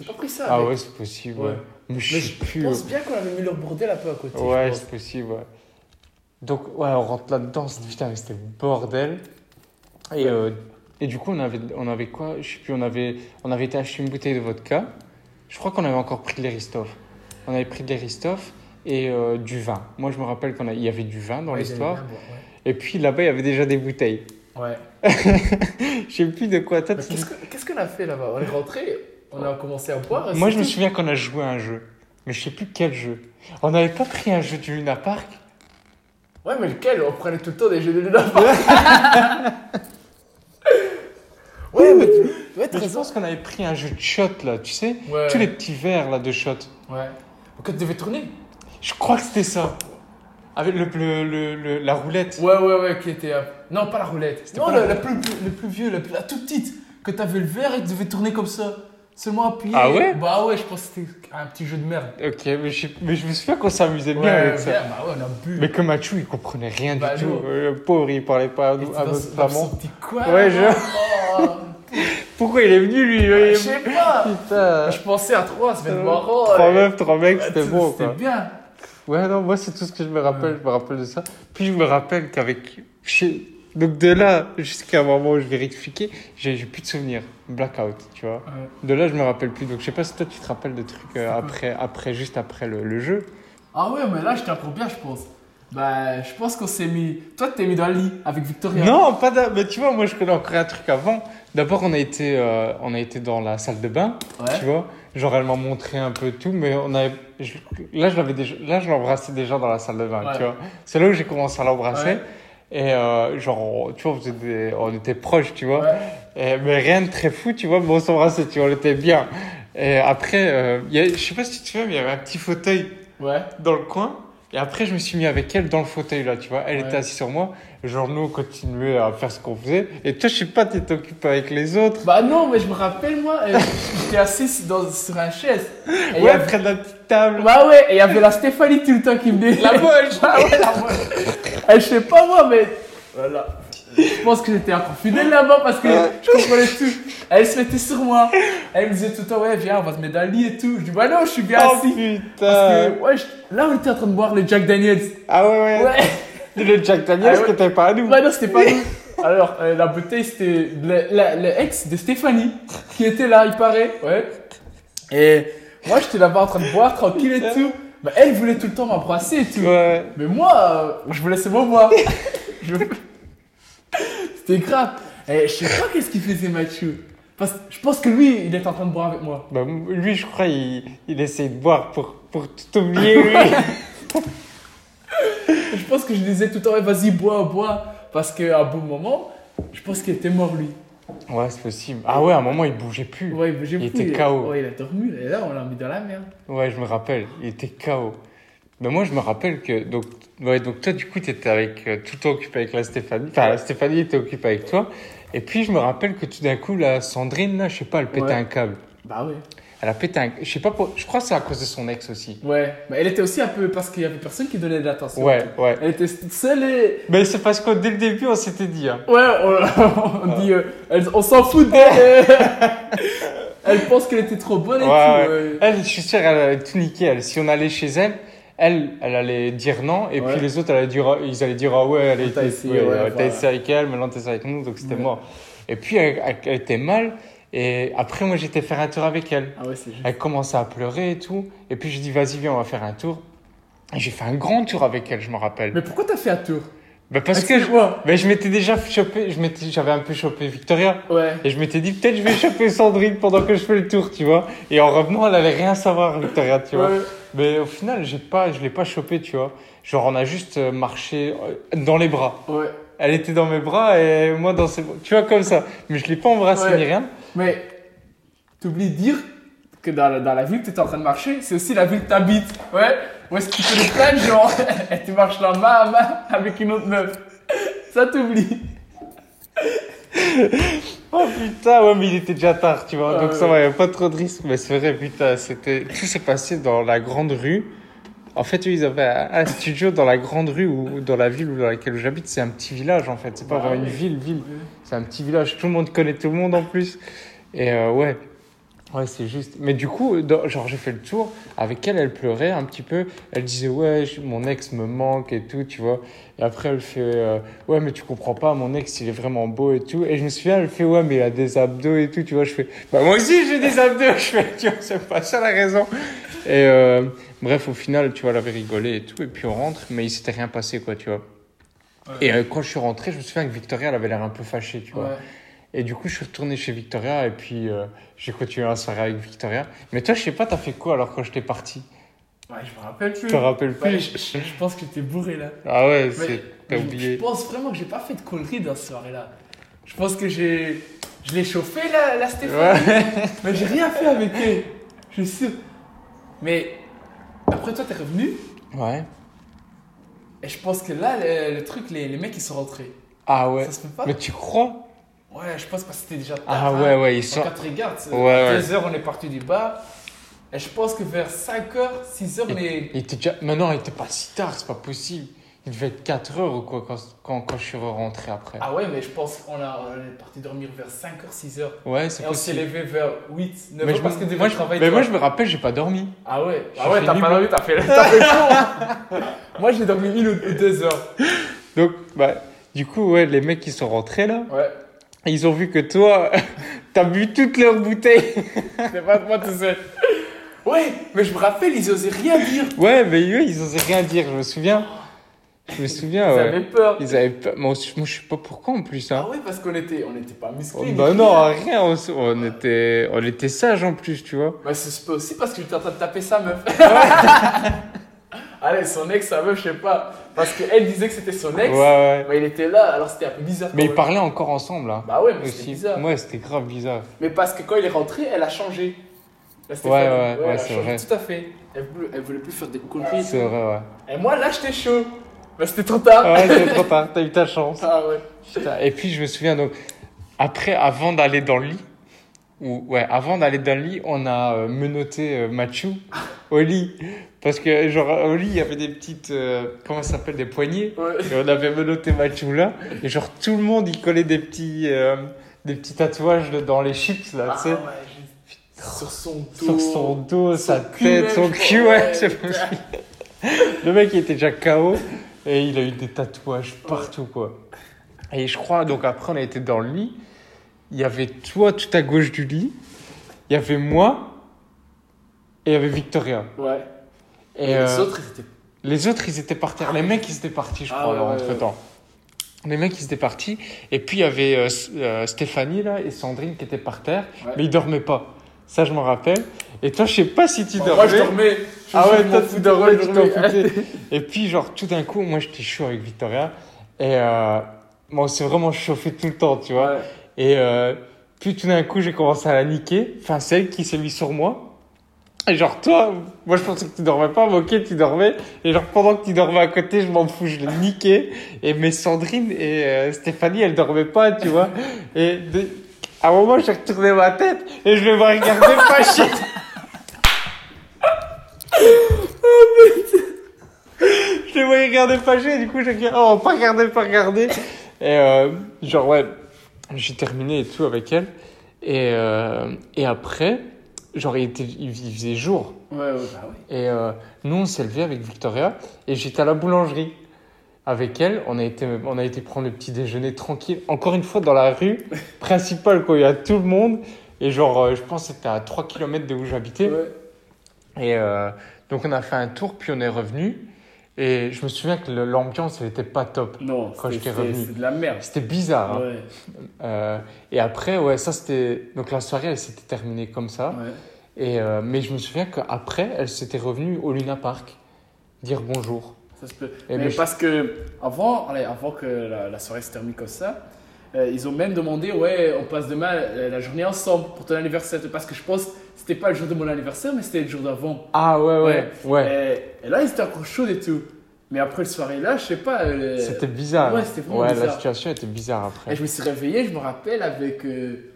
[SPEAKER 2] Ils n'ont pas pris ça.
[SPEAKER 1] Ah
[SPEAKER 2] mec.
[SPEAKER 1] ouais, c'est possible.
[SPEAKER 2] Ouais.
[SPEAKER 1] ouais. Mais je
[SPEAKER 2] Mais
[SPEAKER 1] sais
[SPEAKER 2] je
[SPEAKER 1] plus. euh,
[SPEAKER 2] pense bien qu'on avait mis leur bordel un peu à côté. je
[SPEAKER 1] Ouais,
[SPEAKER 2] pense.
[SPEAKER 1] c'est possible. ouais. Donc, ouais, on rentre là-dedans. c'est- Putain, mais c'était le bordel. Et, euh, et du coup, on avait, on avait quoi Je sais plus, on avait, on avait été acheter une bouteille de vodka. Je crois qu'on avait encore pris de l'Eristoff. On avait pris de l'Eristoff et euh, du vin. Moi, je me rappelle qu'il y avait du vin dans
[SPEAKER 2] Ouais, ils
[SPEAKER 1] l'histoire.
[SPEAKER 2] avaient bien boire, ouais.
[SPEAKER 1] Et puis là-bas, il y avait déjà des bouteilles.
[SPEAKER 2] Ouais.
[SPEAKER 1] Je sais plus de quoi. Toi,
[SPEAKER 2] Mais
[SPEAKER 1] tu-
[SPEAKER 2] Bah, Qu'est-ce que- qu'est-ce qu'on a fait là-bas On est rentré, on a commencé à boire. et
[SPEAKER 1] Moi, je me
[SPEAKER 2] c'était-
[SPEAKER 1] souviens qu'on a joué à un jeu. Mais je sais plus quel jeu. On n'avait pas pris un jeu du Luna Park
[SPEAKER 2] Ouais, mais lequel On prenait tout le temps des jeux de Luna Park. ouais, mais tu ouais,
[SPEAKER 1] Mais
[SPEAKER 2] t'as
[SPEAKER 1] je
[SPEAKER 2] raison.
[SPEAKER 1] pense qu'on avait pris un jeu de shot, là, tu sais
[SPEAKER 2] Ouais.
[SPEAKER 1] Tous les petits verres, là, de shot.
[SPEAKER 2] Ouais. Quand Oh, tu devais tourner
[SPEAKER 1] Je crois que c'était ça. Avec le, le- le- le- la roulette.
[SPEAKER 2] Ouais, ouais, ouais, qui était. euh, Non, pas la roulette. Non,
[SPEAKER 1] pas la
[SPEAKER 2] le, le plus, le plus vieux, le plus- la toute petite. Que t'avais le verre et tu devais tourner comme ça. Seulement appuyer.
[SPEAKER 1] Ah ouais
[SPEAKER 2] Bah ouais, je pense que c'était un petit jeu de merde.
[SPEAKER 1] Ok, mais je, mais je me souviens qu'on s'amusait bien
[SPEAKER 2] Ouais,
[SPEAKER 1] avec
[SPEAKER 2] ouais,
[SPEAKER 1] ça.
[SPEAKER 2] Bah ouais, on a bu.
[SPEAKER 1] Mais que Mathieu, il comprenait rien
[SPEAKER 2] Bah
[SPEAKER 1] du tout.
[SPEAKER 2] non.
[SPEAKER 1] Euh, Le pauvre, il parlait pas à
[SPEAKER 2] Il
[SPEAKER 1] nous,
[SPEAKER 2] était
[SPEAKER 1] à
[SPEAKER 2] dans
[SPEAKER 1] notre
[SPEAKER 2] son- dans
[SPEAKER 1] flamand.
[SPEAKER 2] son petit coin.
[SPEAKER 1] Ouais, je-
[SPEAKER 2] Oh,
[SPEAKER 1] Pourquoi il est venu, lui
[SPEAKER 2] je
[SPEAKER 1] il-
[SPEAKER 2] sais pas.
[SPEAKER 1] Putain
[SPEAKER 2] Je pensais à trois, ça fait
[SPEAKER 1] Euh,
[SPEAKER 2] de marrant.
[SPEAKER 1] Trois
[SPEAKER 2] ouais.
[SPEAKER 1] meufs, trois mecs, c'était
[SPEAKER 2] Ouais,
[SPEAKER 1] bon,
[SPEAKER 2] C'était
[SPEAKER 1] quoi.
[SPEAKER 2] bien.
[SPEAKER 1] Ouais, non, moi, c'est tout ce que je me rappelle.
[SPEAKER 2] Ouais.
[SPEAKER 1] Je me rappelle de ça. Puis je me rappelle qu'avec... chez- Donc de là, jusqu'à un moment où je vais rectifier, j'ai j'ai plus de souvenirs. Blackout, tu vois.
[SPEAKER 2] Ouais.
[SPEAKER 1] De là, je me rappelle plus. Donc je sais pas si toi, tu te rappelles de trucs euh,
[SPEAKER 2] C'est quoi
[SPEAKER 1] après, après, juste après le- le jeu.
[SPEAKER 2] Ah ouais, mais là, j'étais encore bien, je pense. Bah, je pense qu'on s'est mis. Toi, t'es mis dans le lit avec Victoria.
[SPEAKER 1] Non, pas d'a- Mais tu vois, moi, je connais encore un truc avant. D'abord, on a été, euh, on a été dans la salle de bain, tu
[SPEAKER 2] Ouais.
[SPEAKER 1] vois. Genre, elle m'a montré un peu tout, mais on avait, je- là, je l'avais déjà, là, je l'embrassais déjà dans la salle de bain,
[SPEAKER 2] Ouais.
[SPEAKER 1] tu vois. C'est là où j'ai commencé à l'embrasser.
[SPEAKER 2] Ouais.
[SPEAKER 1] Et euh, genre, on- tu vois, on, faisait des- on était proches, tu vois.
[SPEAKER 2] Ouais.
[SPEAKER 1] Et- mais rien de très fou, tu vois, mais on s'embrassait, tu vois, on était bien. Et après, euh, il y a- je sais pas si tu te souviens, mais il y avait un petit fauteuil
[SPEAKER 2] Ouais.
[SPEAKER 1] dans le coin. Et après, je me suis mis avec elle dans le fauteuil, là, tu vois. Elle
[SPEAKER 2] Ouais.
[SPEAKER 1] était assise sur moi. Genre, nous, on continuait à faire ce qu'on faisait. Et toi, je sais pas, t'étais occupé avec les autres.
[SPEAKER 2] Bah non, mais je me rappelle, moi, euh, j'étais assis dans, sur un chaise. Et il y
[SPEAKER 1] ouais,
[SPEAKER 2] avait-
[SPEAKER 1] près de la petite table.
[SPEAKER 2] Bah ouais, et il y avait la Stéphanie tout le temps qui venait.
[SPEAKER 1] La moche
[SPEAKER 2] Ah ouais, la moche. Et je sais pas moi, mais. Voilà. Je pense que j'étais encore fidèle là-bas parce que je comprenais tout. Elle se mettait sur moi. Elle me disait tout le temps, ouais, viens, on va se mettre dans le lit et tout. Je dis, bah non, je suis bien
[SPEAKER 1] Oh,
[SPEAKER 2] assis. Parce
[SPEAKER 1] putain
[SPEAKER 2] que, ouais, je- là, on était en train de boire le Jack Daniels.
[SPEAKER 1] Ah ouais, ouais,
[SPEAKER 2] Ouais.
[SPEAKER 1] Le Jack Daniels,
[SPEAKER 2] Ah ouais.
[SPEAKER 1] que t'avais pas à nous.
[SPEAKER 2] Bah non, c'était pas nous. Alors, euh, la bouteille, c'était le, la- le ex de Stéphanie qui était là, il paraît. Ouais. Et moi, j'étais là-bas en train de boire, tranquille et tout. Bah, elle voulait tout le temps m'embrasser et tout.
[SPEAKER 1] Ouais.
[SPEAKER 2] Mais moi, euh, je voulais seulement boire. Je- C'était grave. Et je sais pas qu'est-ce qu'il faisait, Mathieu. Parce que je pense que lui, il était en train de boire avec moi.
[SPEAKER 1] Bah, lui, je crois, il, il essayait de boire pour, pour tout oublier, lui.
[SPEAKER 2] Je pense que je disais tout le temps, Eh, vas-y, bois, bois. Parce qu'à un bon moment, je pense qu'il était mort, lui.
[SPEAKER 1] Ouais, c'est possible. Ah ouais, à un moment, il bougeait plus. Ouais,
[SPEAKER 2] Ouais, j'ai
[SPEAKER 1] Il
[SPEAKER 2] plus,
[SPEAKER 1] était KO.
[SPEAKER 2] Ouais, il a dormi. Et là, on l'a mis dans la merde.
[SPEAKER 1] je me rappelle. Il était KO. Mais moi, je me rappelle que. Donc, ouais, donc toi, du coup, tu étais avec, euh, tout le temps occupé avec la Stéphanie. Enfin, la Stéphanie était occupée avec toi. Et puis, je me rappelle que tout d'un coup, la Sandrine, là, je sais pas, elle pétait
[SPEAKER 2] Ouais.
[SPEAKER 1] un câble.
[SPEAKER 2] Bah ouais.
[SPEAKER 1] Elle a pété un. Je sais pas pour- Je crois que c'est à cause de son ex aussi.
[SPEAKER 2] Ouais. Mais elle était aussi un peu. Parce qu'il y avait personne qui donnait de l'attention.
[SPEAKER 1] Ouais, ouais.
[SPEAKER 2] Elle était toute seule et.
[SPEAKER 1] Mais c'est parce que dès le début, on s'était dit. hein.
[SPEAKER 2] Ouais, on, on dit, euh, elle- on s'en fout d'elle. elle pense qu'elle était trop bonne et
[SPEAKER 1] Ouais,
[SPEAKER 2] tout.
[SPEAKER 1] ouais.
[SPEAKER 2] euh.
[SPEAKER 1] Elle, je suis sûr, elle allait tout niquer. Elle. Si on allait chez elle, elle, elle allait dire non. Et
[SPEAKER 2] Ouais.
[SPEAKER 1] puis les autres, allaient dire, ah- ils allaient dire Ah ouais, elle
[SPEAKER 2] T'as
[SPEAKER 1] était-
[SPEAKER 2] essayé,
[SPEAKER 1] ouais,
[SPEAKER 2] ouais,
[SPEAKER 1] ouais, t'as
[SPEAKER 2] voilà.
[SPEAKER 1] essayé avec elle, maintenant t'es avec nous, donc c'était
[SPEAKER 2] Ouais.
[SPEAKER 1] mort. Et puis elle, elle- elle était mal. Et après, moi, j'étais faire un tour avec elle.
[SPEAKER 2] Ah ouais, c'est juste.
[SPEAKER 1] Elle commençait à pleurer et tout. Et puis j'ai dit Vas-y, viens, on va faire un tour. Et J'ai fait un grand tour avec elle, je m'en rappelle.
[SPEAKER 2] Mais pourquoi t'as fait un tour
[SPEAKER 1] Bah, parce que je,
[SPEAKER 2] vois.
[SPEAKER 1] bah, je m'étais déjà chopé, je m'étais- j'avais un peu chopé Victoria.
[SPEAKER 2] Ouais.
[SPEAKER 1] Et je m'étais dit, peut-être je vais choper Sandrine pendant que je fais le tour, tu vois. Et en revenant, elle allait rien savoir, Victoria, tu vois.
[SPEAKER 2] Ouais.
[SPEAKER 1] Mais au final, j'ai pas, je l'ai pas chopé, tu vois. Genre, on a juste euh, marché euh, dans les bras.
[SPEAKER 2] ouais.
[SPEAKER 1] Elle était dans mes bras et moi dans ses bras. Tu vois, comme ça. Mais je l'ai pas embrassée
[SPEAKER 2] Ouais.
[SPEAKER 1] ni rien.
[SPEAKER 2] Mais t'oublies de dire que dans la, dans la ville que t'es en train de marcher, c'est aussi la ville que t'habites. Ouais. Où est-ce que tu connais plein de gens et tu marches là main à main avec une autre meuf. Ça t'oublies.
[SPEAKER 1] Oh putain, ouais, mais il était déjà tard, tu vois.
[SPEAKER 2] Ouais,
[SPEAKER 1] donc ça
[SPEAKER 2] Ah ouais.
[SPEAKER 1] va, y avait pas trop de risque. Mais c'est vrai, putain, c'était. Tout s'est passé dans la grande rue. En fait, eux, ils avaient un un studio dans la grande rue ou dans la ville où- dans laquelle j'habite. C'est un petit village, en fait. C'est pas
[SPEAKER 2] Ah
[SPEAKER 1] vraiment une
[SPEAKER 2] ouais.
[SPEAKER 1] ville, ville. C'est un petit village, tout le monde connaît tout le monde en plus. Et euh, ouais, ouais, c'est juste. Mais du coup, dans- genre, j'ai fait le tour. Avec elle, elle pleurait un petit peu. Elle disait, ouais, je- mon ex me manque et tout, tu vois. Et après, elle fait, euh, ouais, mais tu comprends pas, mon ex, il est vraiment beau et tout. Et je me souviens, elle fait, ouais, mais il a des abdos et tout, tu vois. Je fais, bah, moi aussi, j'ai des abdos. Je fais, tu vois, c'est pas ça la raison. Et euh, bref, au final, tu vois, elle avait rigolé et tout. Et puis, on rentre, mais il s'était rien passé, quoi, tu vois.
[SPEAKER 2] Ouais.
[SPEAKER 1] Et euh, quand je suis rentré, je me souviens que Victoria, elle avait l'air un peu fâchée, tu vois.
[SPEAKER 2] Ouais.
[SPEAKER 1] Et du coup, je suis retourné chez Victoria et puis euh, j'ai continué la soirée avec Victoria. Mais toi, je sais pas, t'as fait quoi alors quand j'étais parti
[SPEAKER 2] Ouais, je me rappelle plus.
[SPEAKER 1] Tu te rappelles
[SPEAKER 2] Ouais,
[SPEAKER 1] plus
[SPEAKER 2] je, je- je pense que j'étais bourré là.
[SPEAKER 1] Ah ouais,
[SPEAKER 2] Mais
[SPEAKER 1] c'est... t'as
[SPEAKER 2] je-
[SPEAKER 1] oublié.
[SPEAKER 2] Je pense vraiment que j'ai pas fait de conneries dans cette soirée-là. Je pense que j'ai. Je l'ai chauffé la, la Stéphane.
[SPEAKER 1] Ouais.
[SPEAKER 2] Mais j'ai rien fait avec elle. Je suis sûr. Mais après toi, t'es revenu.
[SPEAKER 1] ouais.
[SPEAKER 2] Et je pense que là, le, le truc, les, les mecs, ils sont rentrés.
[SPEAKER 1] Ah ouais.
[SPEAKER 2] Ça se peut pas
[SPEAKER 1] Mais tu crois
[SPEAKER 2] Ouais, je pense parce que c'était déjà tard.
[SPEAKER 1] Ah
[SPEAKER 2] hein.
[SPEAKER 1] ouais, ouais, ils
[SPEAKER 2] Quand
[SPEAKER 1] sont.
[SPEAKER 2] tu regardes, c'est-
[SPEAKER 1] Ouais, ouais.
[SPEAKER 2] 13 heures, on est parti du bar. Et je pense que vers 5h, 6h,
[SPEAKER 1] Et-
[SPEAKER 2] les.
[SPEAKER 1] Il était déjà. Mais non, il était pas si tard, c'est pas possible. Il devait être 4 heures ou quoi quand, quand, quand je suis rentré après.
[SPEAKER 2] Ah ouais, mais je pense qu'on a- on est parti dormir vers 5h, 6h.
[SPEAKER 1] Ouais, c'est
[SPEAKER 2] Et on s'est
[SPEAKER 1] possible.
[SPEAKER 2] levé vers 8, 9
[SPEAKER 1] Mais
[SPEAKER 2] h
[SPEAKER 1] je,
[SPEAKER 2] parce que
[SPEAKER 1] me-
[SPEAKER 2] devait
[SPEAKER 1] moi, je-
[SPEAKER 2] travailler.
[SPEAKER 1] mais
[SPEAKER 2] toi.
[SPEAKER 1] moi, je me rappelle, j'ai pas dormi.
[SPEAKER 2] Ah ouais,
[SPEAKER 1] je
[SPEAKER 2] ah ouais
[SPEAKER 1] fais
[SPEAKER 2] t'as
[SPEAKER 1] libre.
[SPEAKER 2] pas dormi, t'as fait, t'as fait le
[SPEAKER 1] hein.
[SPEAKER 2] con. Moi j'ai dormi une ou deux heures.
[SPEAKER 1] Donc, bah, du coup, ouais, les mecs qui sont rentrés là,
[SPEAKER 2] Ouais,
[SPEAKER 1] ils ont vu que toi, t'as bu toutes leurs bouteilles.
[SPEAKER 2] c'est pas moi tout seul. Ouais, mais je me rappelle, ils osaient rien dire.
[SPEAKER 1] Ouais, mais eux, ils osaient rien dire, je me souviens. Je me souviens,
[SPEAKER 2] ils
[SPEAKER 1] Ah ouais.
[SPEAKER 2] avaient peur.
[SPEAKER 1] Ils avaient pas... Moi, je moi, je sais pas pourquoi en plus. Hein.
[SPEAKER 2] Ah ouais, parce qu'on était, on était pas
[SPEAKER 1] Oh,
[SPEAKER 2] musclés. ni
[SPEAKER 1] bah
[SPEAKER 2] rien.
[SPEAKER 1] non, rien, on, s- on était, on était sages en plus, tu vois.
[SPEAKER 2] Bah c'est pas aussi parce que j'étais en train de taper sa meuf. Allez, son ex, sa meuf, je sais pas. Parce qu'elle disait que c'était son
[SPEAKER 1] Ouais,
[SPEAKER 2] ex.
[SPEAKER 1] ouais.
[SPEAKER 2] Mais il était là, alors c'était un peu bizarre.
[SPEAKER 1] Mais
[SPEAKER 2] quand
[SPEAKER 1] ils
[SPEAKER 2] même.
[SPEAKER 1] parlaient encore ensemble, là.
[SPEAKER 2] Bah ouais, mais c'était
[SPEAKER 1] aussi.
[SPEAKER 2] bizarre.
[SPEAKER 1] Ouais, c'était grave bizarre.
[SPEAKER 2] Mais parce que quand il est rentré, elle a changé. La Stéphanie,
[SPEAKER 1] Ouais, ouais, ouais,
[SPEAKER 2] elle a
[SPEAKER 1] c'est
[SPEAKER 2] changé
[SPEAKER 1] vrai.
[SPEAKER 2] Tout à fait. Elle voulait, elle voulait plus faire des conneries.
[SPEAKER 1] C'est vrai, ouais. Ah
[SPEAKER 2] Et moi, là, j'étais chaud. Mais c'était trop tard.
[SPEAKER 1] Ouais, c'est trop tard, t'as eu ta chance.
[SPEAKER 2] Ah ouais.
[SPEAKER 1] Putain, Et puis, je me souviens, donc, après, avant d'aller dans le lit, ou, ouais, avant d'aller dans le lit, on a euh, menotté euh, Machu au lit. Parce que, genre, au lit, il y avait des petites. euh, comment ça s'appelle Des poignées.
[SPEAKER 2] Ouais.
[SPEAKER 1] Et on avait menotté Machu là, et genre tout le monde il collait des petits, euh, des petits tatouages dans les chips là,
[SPEAKER 2] Ah
[SPEAKER 1] tu sais.
[SPEAKER 2] ouais, j'ai- Sur son dos.
[SPEAKER 1] Sur son dos, sa
[SPEAKER 2] cul,
[SPEAKER 1] tête,
[SPEAKER 2] même,
[SPEAKER 1] son
[SPEAKER 2] je
[SPEAKER 1] cul,
[SPEAKER 2] crois.
[SPEAKER 1] ouais. je sais pas.
[SPEAKER 2] putain.
[SPEAKER 1] Le mec il était déjà KO et il a eu des tatouages partout quoi. Et je crois, donc après on a été dans le lit, il y avait toi tout à gauche du lit, il y avait moi et il y avait Victoria.
[SPEAKER 2] Ouais.
[SPEAKER 1] Et,
[SPEAKER 2] Et les
[SPEAKER 1] euh,
[SPEAKER 2] autres, ils étaient.
[SPEAKER 1] les autres, ils étaient par terre. Les mecs, ils étaient partis, je
[SPEAKER 2] Ah
[SPEAKER 1] crois,
[SPEAKER 2] ouais, ouais,
[SPEAKER 1] entre temps. Les mecs, ils étaient partis. Et puis, il y avait euh, S- euh, Stéphanie, là, et Sandrine qui étaient par terre.
[SPEAKER 2] Ouais.
[SPEAKER 1] Mais ils dormaient pas. Ça, je m'en rappelle. Et toi, je sais pas si tu
[SPEAKER 2] Moi, je
[SPEAKER 1] dormais.
[SPEAKER 2] dormais. Je-
[SPEAKER 1] Ah
[SPEAKER 2] je
[SPEAKER 1] ouais,
[SPEAKER 2] m'en
[SPEAKER 1] toi, tu
[SPEAKER 2] foutais, ouais,
[SPEAKER 1] dormais,
[SPEAKER 2] je
[SPEAKER 1] tu t'en
[SPEAKER 2] dormais.
[SPEAKER 1] foutais. Et puis, genre, tout d'un coup, moi, j'étais chaud avec Victoria. Et euh, bon, on s'est vraiment chauffé tout le temps, tu vois.
[SPEAKER 2] Ouais.
[SPEAKER 1] Et euh, puis, tout d'un coup, j'ai commencé à la niquer. Enfin, celle qui s'est mise sur moi. Et genre, toi, moi, je pensais que tu dormais pas, mais ok, tu dormais. Et genre, pendant que tu dormais à côté, je m'en fous, je l'ai niqué. Et mais Sandrine et euh, Stéphanie, elles dormaient pas, tu vois. Et de- à un moment, j'ai retourné ma tête et je vais me regarder pas chier. je les voyais regarder fâché, du coup j'ai dit oh pas regarder, pas regarder. Et euh, genre ouais, j'ai terminé et tout avec elle. Et, euh, et après, genre il, était, il faisait jour.
[SPEAKER 2] Ouais, ouais, bah oui.
[SPEAKER 1] Et euh, nous on s'est levé avec Victoria et j'étais à la boulangerie. Avec elle, on a, été, on a été prendre le petit déjeuner tranquille, encore une fois dans la rue principale, quoi. Il y a tout le monde. Et genre, euh, je pense que c'était à 3 km de où j'habitais.
[SPEAKER 2] Ouais.
[SPEAKER 1] Et euh, donc on a fait un tour, puis on est revenu. Et je me souviens que le- l'ambiance, elle n'était pas top.
[SPEAKER 2] Non,
[SPEAKER 1] Quand
[SPEAKER 2] c'est-
[SPEAKER 1] j'étais
[SPEAKER 2] c'est-
[SPEAKER 1] revenu.
[SPEAKER 2] c'est de la merde.
[SPEAKER 1] C'était bizarre. hein.
[SPEAKER 2] Ouais,
[SPEAKER 1] Euh, et après, ouais, ça c'était. Donc la soirée, elle s'était terminée comme ça.
[SPEAKER 2] ouais.
[SPEAKER 1] Et, euh, mais je me souviens qu'après, elle s'était revenue au Luna Park dire bonjour.
[SPEAKER 2] Ça se peut.
[SPEAKER 1] Et mais
[SPEAKER 2] mais
[SPEAKER 1] Eh ben, je-
[SPEAKER 2] parce que avant, allez, avant que la, la soirée se termine comme ça, euh, ils ont même demandé ouais, on passe demain euh, la journée ensemble pour ton anniversaire. Parce que je pense c'était pas le jour de mon anniversaire, mais c'était le jour d'avant.
[SPEAKER 1] Ah ouais, ouais, ouais.
[SPEAKER 2] Et, et là, ils étaient encore chauds et tout. Mais après le soirée là, je sais pas. euh,
[SPEAKER 1] C'était bizarre.
[SPEAKER 2] Ouais, c'était vraiment
[SPEAKER 1] Ouais, la
[SPEAKER 2] bizarre.
[SPEAKER 1] situation était bizarre après.
[SPEAKER 2] Et je me suis réveillé, je me rappelle, avec. euh,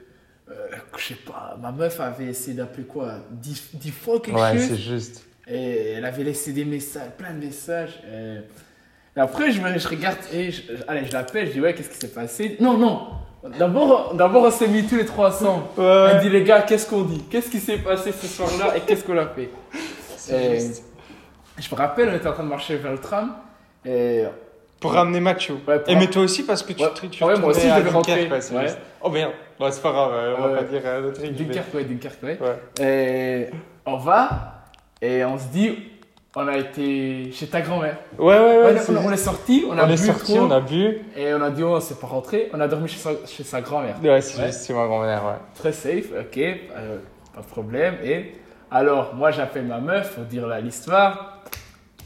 [SPEAKER 2] euh, je sais pas, ma meuf avait essayé d'appeler quoi 10 dix fois quelque
[SPEAKER 1] Ouais,
[SPEAKER 2] chose
[SPEAKER 1] c'est juste.
[SPEAKER 2] Et elle avait laissé des messages, plein de messages. euh. Et après, je, me- je regarde et je, je- allez, je l'appelle, je dis ouais, qu'est-ce qui s'est passé Non, non. D'abord, d'abord, on s'est mis tous les trois ensemble.
[SPEAKER 1] Ouais,
[SPEAKER 2] Elle dit les gars, qu'est-ce qu'on dit Qu'est-ce qui s'est passé ce soir-là et qu'est-ce qu'on a fait
[SPEAKER 1] c'est
[SPEAKER 2] et-
[SPEAKER 1] juste.
[SPEAKER 2] Je me rappelle, on était en train de marcher vers le tram. Et
[SPEAKER 1] Pour ramener Mathieu.
[SPEAKER 2] Ouais, pour
[SPEAKER 1] et
[SPEAKER 2] ra-
[SPEAKER 1] mais toi aussi parce que tu,
[SPEAKER 2] Ouais.
[SPEAKER 1] tu- tu
[SPEAKER 2] Ouais, moi aussi,
[SPEAKER 1] retournais
[SPEAKER 2] je
[SPEAKER 1] à
[SPEAKER 2] devais rentrer.
[SPEAKER 1] Dunkerque, ouais, c'est
[SPEAKER 2] Ouais.
[SPEAKER 1] juste. Oh merde, Bon, c'est pas grave, euh, on va
[SPEAKER 2] Ouais.
[SPEAKER 1] pas dire euh, notre truc. mais-
[SPEAKER 2] Dunkerque, ouais, Dunkerque, ouais.
[SPEAKER 1] Ouais.
[SPEAKER 2] Et on va et on se dit, on a été chez ta grand-mère.
[SPEAKER 1] Ouais, ouais, ouais.
[SPEAKER 2] on,
[SPEAKER 1] c'est
[SPEAKER 2] on- on
[SPEAKER 1] juste-
[SPEAKER 2] est sorti, on a
[SPEAKER 1] on est
[SPEAKER 2] bu
[SPEAKER 1] sorti,
[SPEAKER 2] trop,
[SPEAKER 1] on a bu.
[SPEAKER 2] et on a dit oh, c'est pas rentré. On a dormi chez sa- chez sa grand-mère.
[SPEAKER 1] Ouais, c'est
[SPEAKER 2] Ouais.
[SPEAKER 1] juste, c'est ma grand-mère, ouais.
[SPEAKER 2] Très safe, ok, euh, pas de problème. Et alors, moi j'appelle ma meuf pour dire la- l'histoire,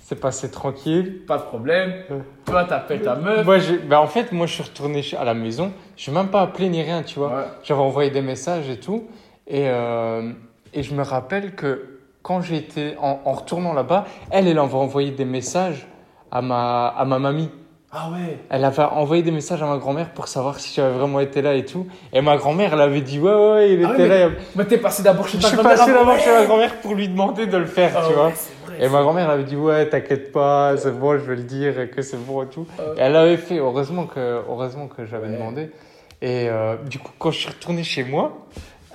[SPEAKER 1] C'est passé tranquille.
[SPEAKER 2] pas de problème.
[SPEAKER 1] Ouais.
[SPEAKER 2] Toi t'appelles ta meuf.
[SPEAKER 1] Moi, j'ai- bah, en fait, moi, je suis retourné chez- à la maison. Je n'ai même pas appelé ni rien, tu vois.
[SPEAKER 2] Ouais.
[SPEAKER 1] J'avais envoyé des messages et tout. Et, euh, et je me rappelle que quand j'étais en, en retournant là-bas, elle, elle avait envoyé des messages à ma, à ma mamie.
[SPEAKER 2] Ah ouais,
[SPEAKER 1] Elle avait envoyé des messages à ma grand-mère pour savoir si j'avais vraiment été là et tout. Et ma grand-mère, elle avait dit Ouais, ouais, ouais, il
[SPEAKER 2] Ah ouais,
[SPEAKER 1] était
[SPEAKER 2] mais-
[SPEAKER 1] là.
[SPEAKER 2] mais t'es passé d'abord chez
[SPEAKER 1] Je
[SPEAKER 2] ta
[SPEAKER 1] suis
[SPEAKER 2] grand-mère
[SPEAKER 1] passé
[SPEAKER 2] avant-
[SPEAKER 1] d'abord chez ma grand-mère pour lui demander de le faire,
[SPEAKER 2] Ah
[SPEAKER 1] tu
[SPEAKER 2] ouais,
[SPEAKER 1] vois.
[SPEAKER 2] c'est
[SPEAKER 1] Et
[SPEAKER 2] vrai.
[SPEAKER 1] ma grand-mère elle avait dit ouais t'inquiète pas c'est bon je vais le dire que c'est bon et tout.
[SPEAKER 2] Euh.
[SPEAKER 1] Et elle avait fait heureusement que heureusement que j'avais
[SPEAKER 2] Ouais.
[SPEAKER 1] demandé. Et euh, du coup quand je suis retourné chez moi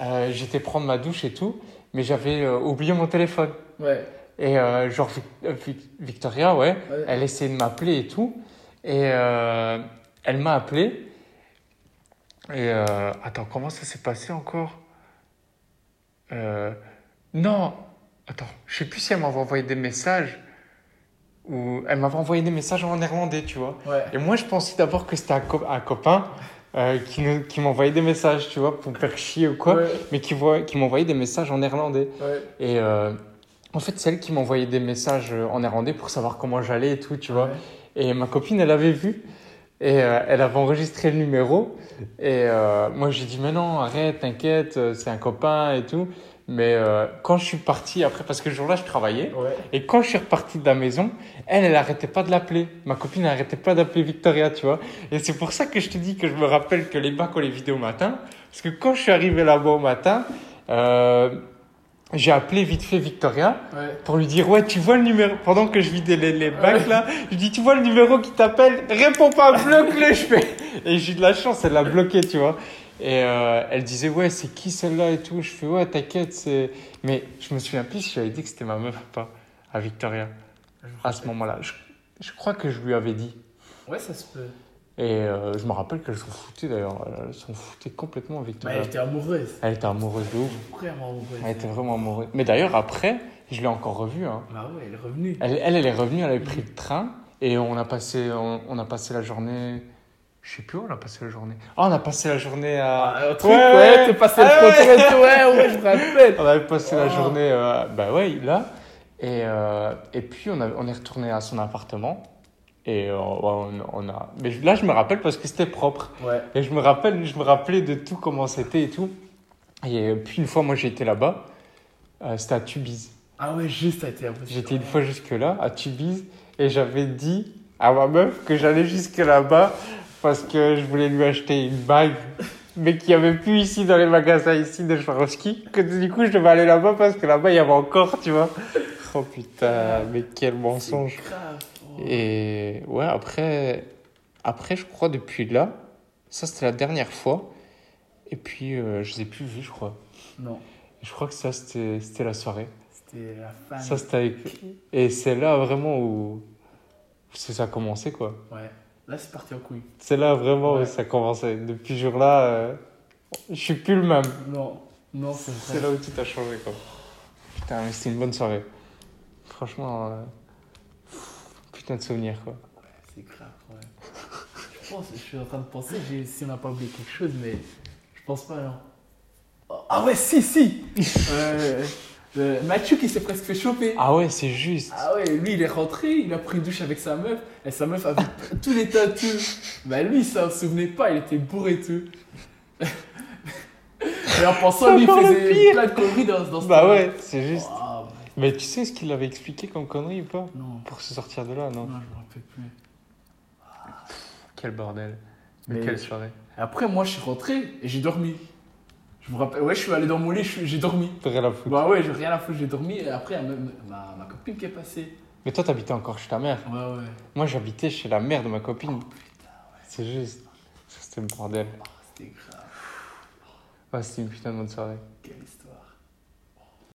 [SPEAKER 1] euh, j'étais prendre ma douche et tout mais j'avais euh, oublié mon téléphone.
[SPEAKER 2] Ouais,
[SPEAKER 1] Et euh, genre Vic- euh, Vic- Victoria ouais
[SPEAKER 2] ouais.
[SPEAKER 1] elle essayait de m'appeler et tout et euh, elle m'a appelé. Et euh, attends comment ça s'est passé encore Euh, non, attends, je sais plus si elle m'avait envoyé des messages ou elle m'avait envoyé des messages en néerlandais, tu vois.
[SPEAKER 2] ouais.
[SPEAKER 1] Et moi, je pensais d'abord que c'était un, co- un copain euh, qui, nous- qui m'envoyait des messages, tu vois, pour me faire chier ou quoi,
[SPEAKER 2] Ouais,
[SPEAKER 1] mais qui, voit- qui m'envoyait des messages en néerlandais.
[SPEAKER 2] ouais.
[SPEAKER 1] Et euh, en fait, c'est elle qui m'envoyait des messages euh, en néerlandais pour savoir comment j'allais et tout, tu vois.
[SPEAKER 2] Ouais.
[SPEAKER 1] Et ma copine, elle avait vu. Et euh, elle avait enregistré le numéro. Et euh, moi, j'ai dit, mais non, arrête, t'inquiète, euh, c'est un copain et tout. Mais euh, quand je suis parti après, parce que le jour-là, je travaillais.
[SPEAKER 2] Ouais.
[SPEAKER 1] Et quand je suis reparti de la maison, elle, elle arrêtait pas de l'appeler. Ma copine n'arrêtait pas d'appeler Victoria, tu vois. Et c'est pour ça que je te dis que je me rappelle que les bacs, on les vidait au matin. Parce que quand je suis arrivé là-bas au matin, euh, j'ai appelé vite fait Victoria
[SPEAKER 2] ouais.
[SPEAKER 1] pour lui dire ouais tu vois le numéro pendant que je vidais les, les bacs là je dis tu vois le numéro qui t'appelle réponds pas bloque le je fais et j'ai eu de la chance elle l'a bloqué tu vois et euh, elle disait ouais c'est qui celle-là et tout je fais ouais t'inquiète c'est mais je me souviens plus si j'avais dit que c'était ma meuf ou pas à Victoria à ce moment-là je, je crois que je lui avais dit
[SPEAKER 2] Ouais, ça se peut.
[SPEAKER 1] et euh, je me rappelle qu'elle s'en foutait d'ailleurs elle s'en foutait complètement
[SPEAKER 2] Mais
[SPEAKER 1] Victoria
[SPEAKER 2] elle était amoureuse.
[SPEAKER 1] elle était amoureuse de ouf
[SPEAKER 2] Vraiment amoureuse.
[SPEAKER 1] elle était vraiment amoureuse mais d'ailleurs après je l'ai encore revue hein
[SPEAKER 2] Bah ouais, elle est revenue.
[SPEAKER 1] Elle, elle, elle est revenue, elle avait pris le train et on a passé, on, on a passé la journée, Je sais plus où on a passé la journée. Ah, on a passé la journée à.
[SPEAKER 2] Ah, un truc, ouais, t'es passé le
[SPEAKER 1] Ah
[SPEAKER 2] contour
[SPEAKER 1] ouais.
[SPEAKER 2] et tout, ouais, ouais, je me rappelle.
[SPEAKER 1] On avait passé la
[SPEAKER 2] Oh.
[SPEAKER 1] journée, euh, bah ouais, là. Et, euh, et puis, on, a- on est retourné à son appartement. Et euh, ouais, on, on a. Mais je- là, je me rappelle parce que c'était propre.
[SPEAKER 2] Ouais.
[SPEAKER 1] Et je me rappelle, je me rappelais de tout, comment c'était et tout. Et euh, puis, une fois, moi, j'ai été là-bas. Euh, c'était à Tubize.
[SPEAKER 2] Ah ouais, juste, ça a été impossible.
[SPEAKER 1] J'étais une fois jusque-là, à Tubize. Et j'avais dit à ma meuf que j'allais jusque là-bas parce que je voulais lui acheter une bague. Mais qu'il n'y avait plus ici dans les magasins ici de Swarovski. Que du coup, je devais aller là-bas parce que là-bas, il y avait encore, tu vois. Oh putain, mais quel mensonge.
[SPEAKER 2] C'est grave. oh.
[SPEAKER 1] Et ouais, après, après je crois depuis là, ça c'était la dernière fois. Et puis euh, je les ai plus vus, je crois.
[SPEAKER 2] Non,
[SPEAKER 1] Je crois que ça c'était c'était la soirée.
[SPEAKER 2] c'était la fin.
[SPEAKER 1] Ça c'était avec. Et c'est là vraiment où. C'est ça a commencé quoi.
[SPEAKER 2] Ouais. Là, c'est parti en couille.
[SPEAKER 1] C'est là vraiment
[SPEAKER 2] Ouais.
[SPEAKER 1] où ça a commencé. Depuis ce jour-là, euh, je suis plus le même.
[SPEAKER 2] Non, non, c'est
[SPEAKER 1] C'est
[SPEAKER 2] vrai.
[SPEAKER 1] là où tout a changé quoi. Putain, mais c'était une bonne soirée. Franchement, euh, putain de souvenirs quoi.
[SPEAKER 2] C'est grave, ouais. Je pense, je suis en train de penser j'ai- si on n'a pas oublié quelque chose, mais je pense pas, non. Oh, Ah ouais, si, si euh, euh, Mathieu qui s'est presque fait choper.
[SPEAKER 1] Ah ouais, c'est juste.
[SPEAKER 2] Ah ouais, lui il est rentré, il a pris une douche avec sa meuf, et sa meuf avait tous les tatous. Bah lui il s'en souvenait pas, il était bourré et tout. et en
[SPEAKER 1] C'est
[SPEAKER 2] pensant, lui il
[SPEAKER 1] encore le
[SPEAKER 2] faisait
[SPEAKER 1] pire.
[SPEAKER 2] plein de conneries dans, dans ce
[SPEAKER 1] Bah
[SPEAKER 2] temps-là. Oh,
[SPEAKER 1] ouais, c'est juste.
[SPEAKER 2] Waouh,
[SPEAKER 1] Mais tu sais ce qu'il avait expliqué comme connerie ou pas
[SPEAKER 2] non,
[SPEAKER 1] Pour se sortir de là, non
[SPEAKER 2] non, je me rappelle plus.
[SPEAKER 1] Quel bordel.
[SPEAKER 2] Mais-
[SPEAKER 1] quelle soirée.
[SPEAKER 2] Après, moi, je suis rentré et j'ai dormi. Je me rappelle, ouais, je suis allé dans mon lit, je suis- j'ai dormi.
[SPEAKER 1] T'as rien à foutre.
[SPEAKER 2] Bah ouais, j'ai rien à foutre, j'ai dormi. Et après, ma, ma, ma copine qui est passée.
[SPEAKER 1] Mais toi, t'habitais encore chez ta mère.
[SPEAKER 2] Ouais, ouais.
[SPEAKER 1] Moi, j'habitais chez la mère de ma copine. C'est juste. Ça, C'était le bordel.
[SPEAKER 2] Oh, C'était grave.
[SPEAKER 1] Ouais, c'était une putain de bonne soirée.
[SPEAKER 2] Quelle histoire.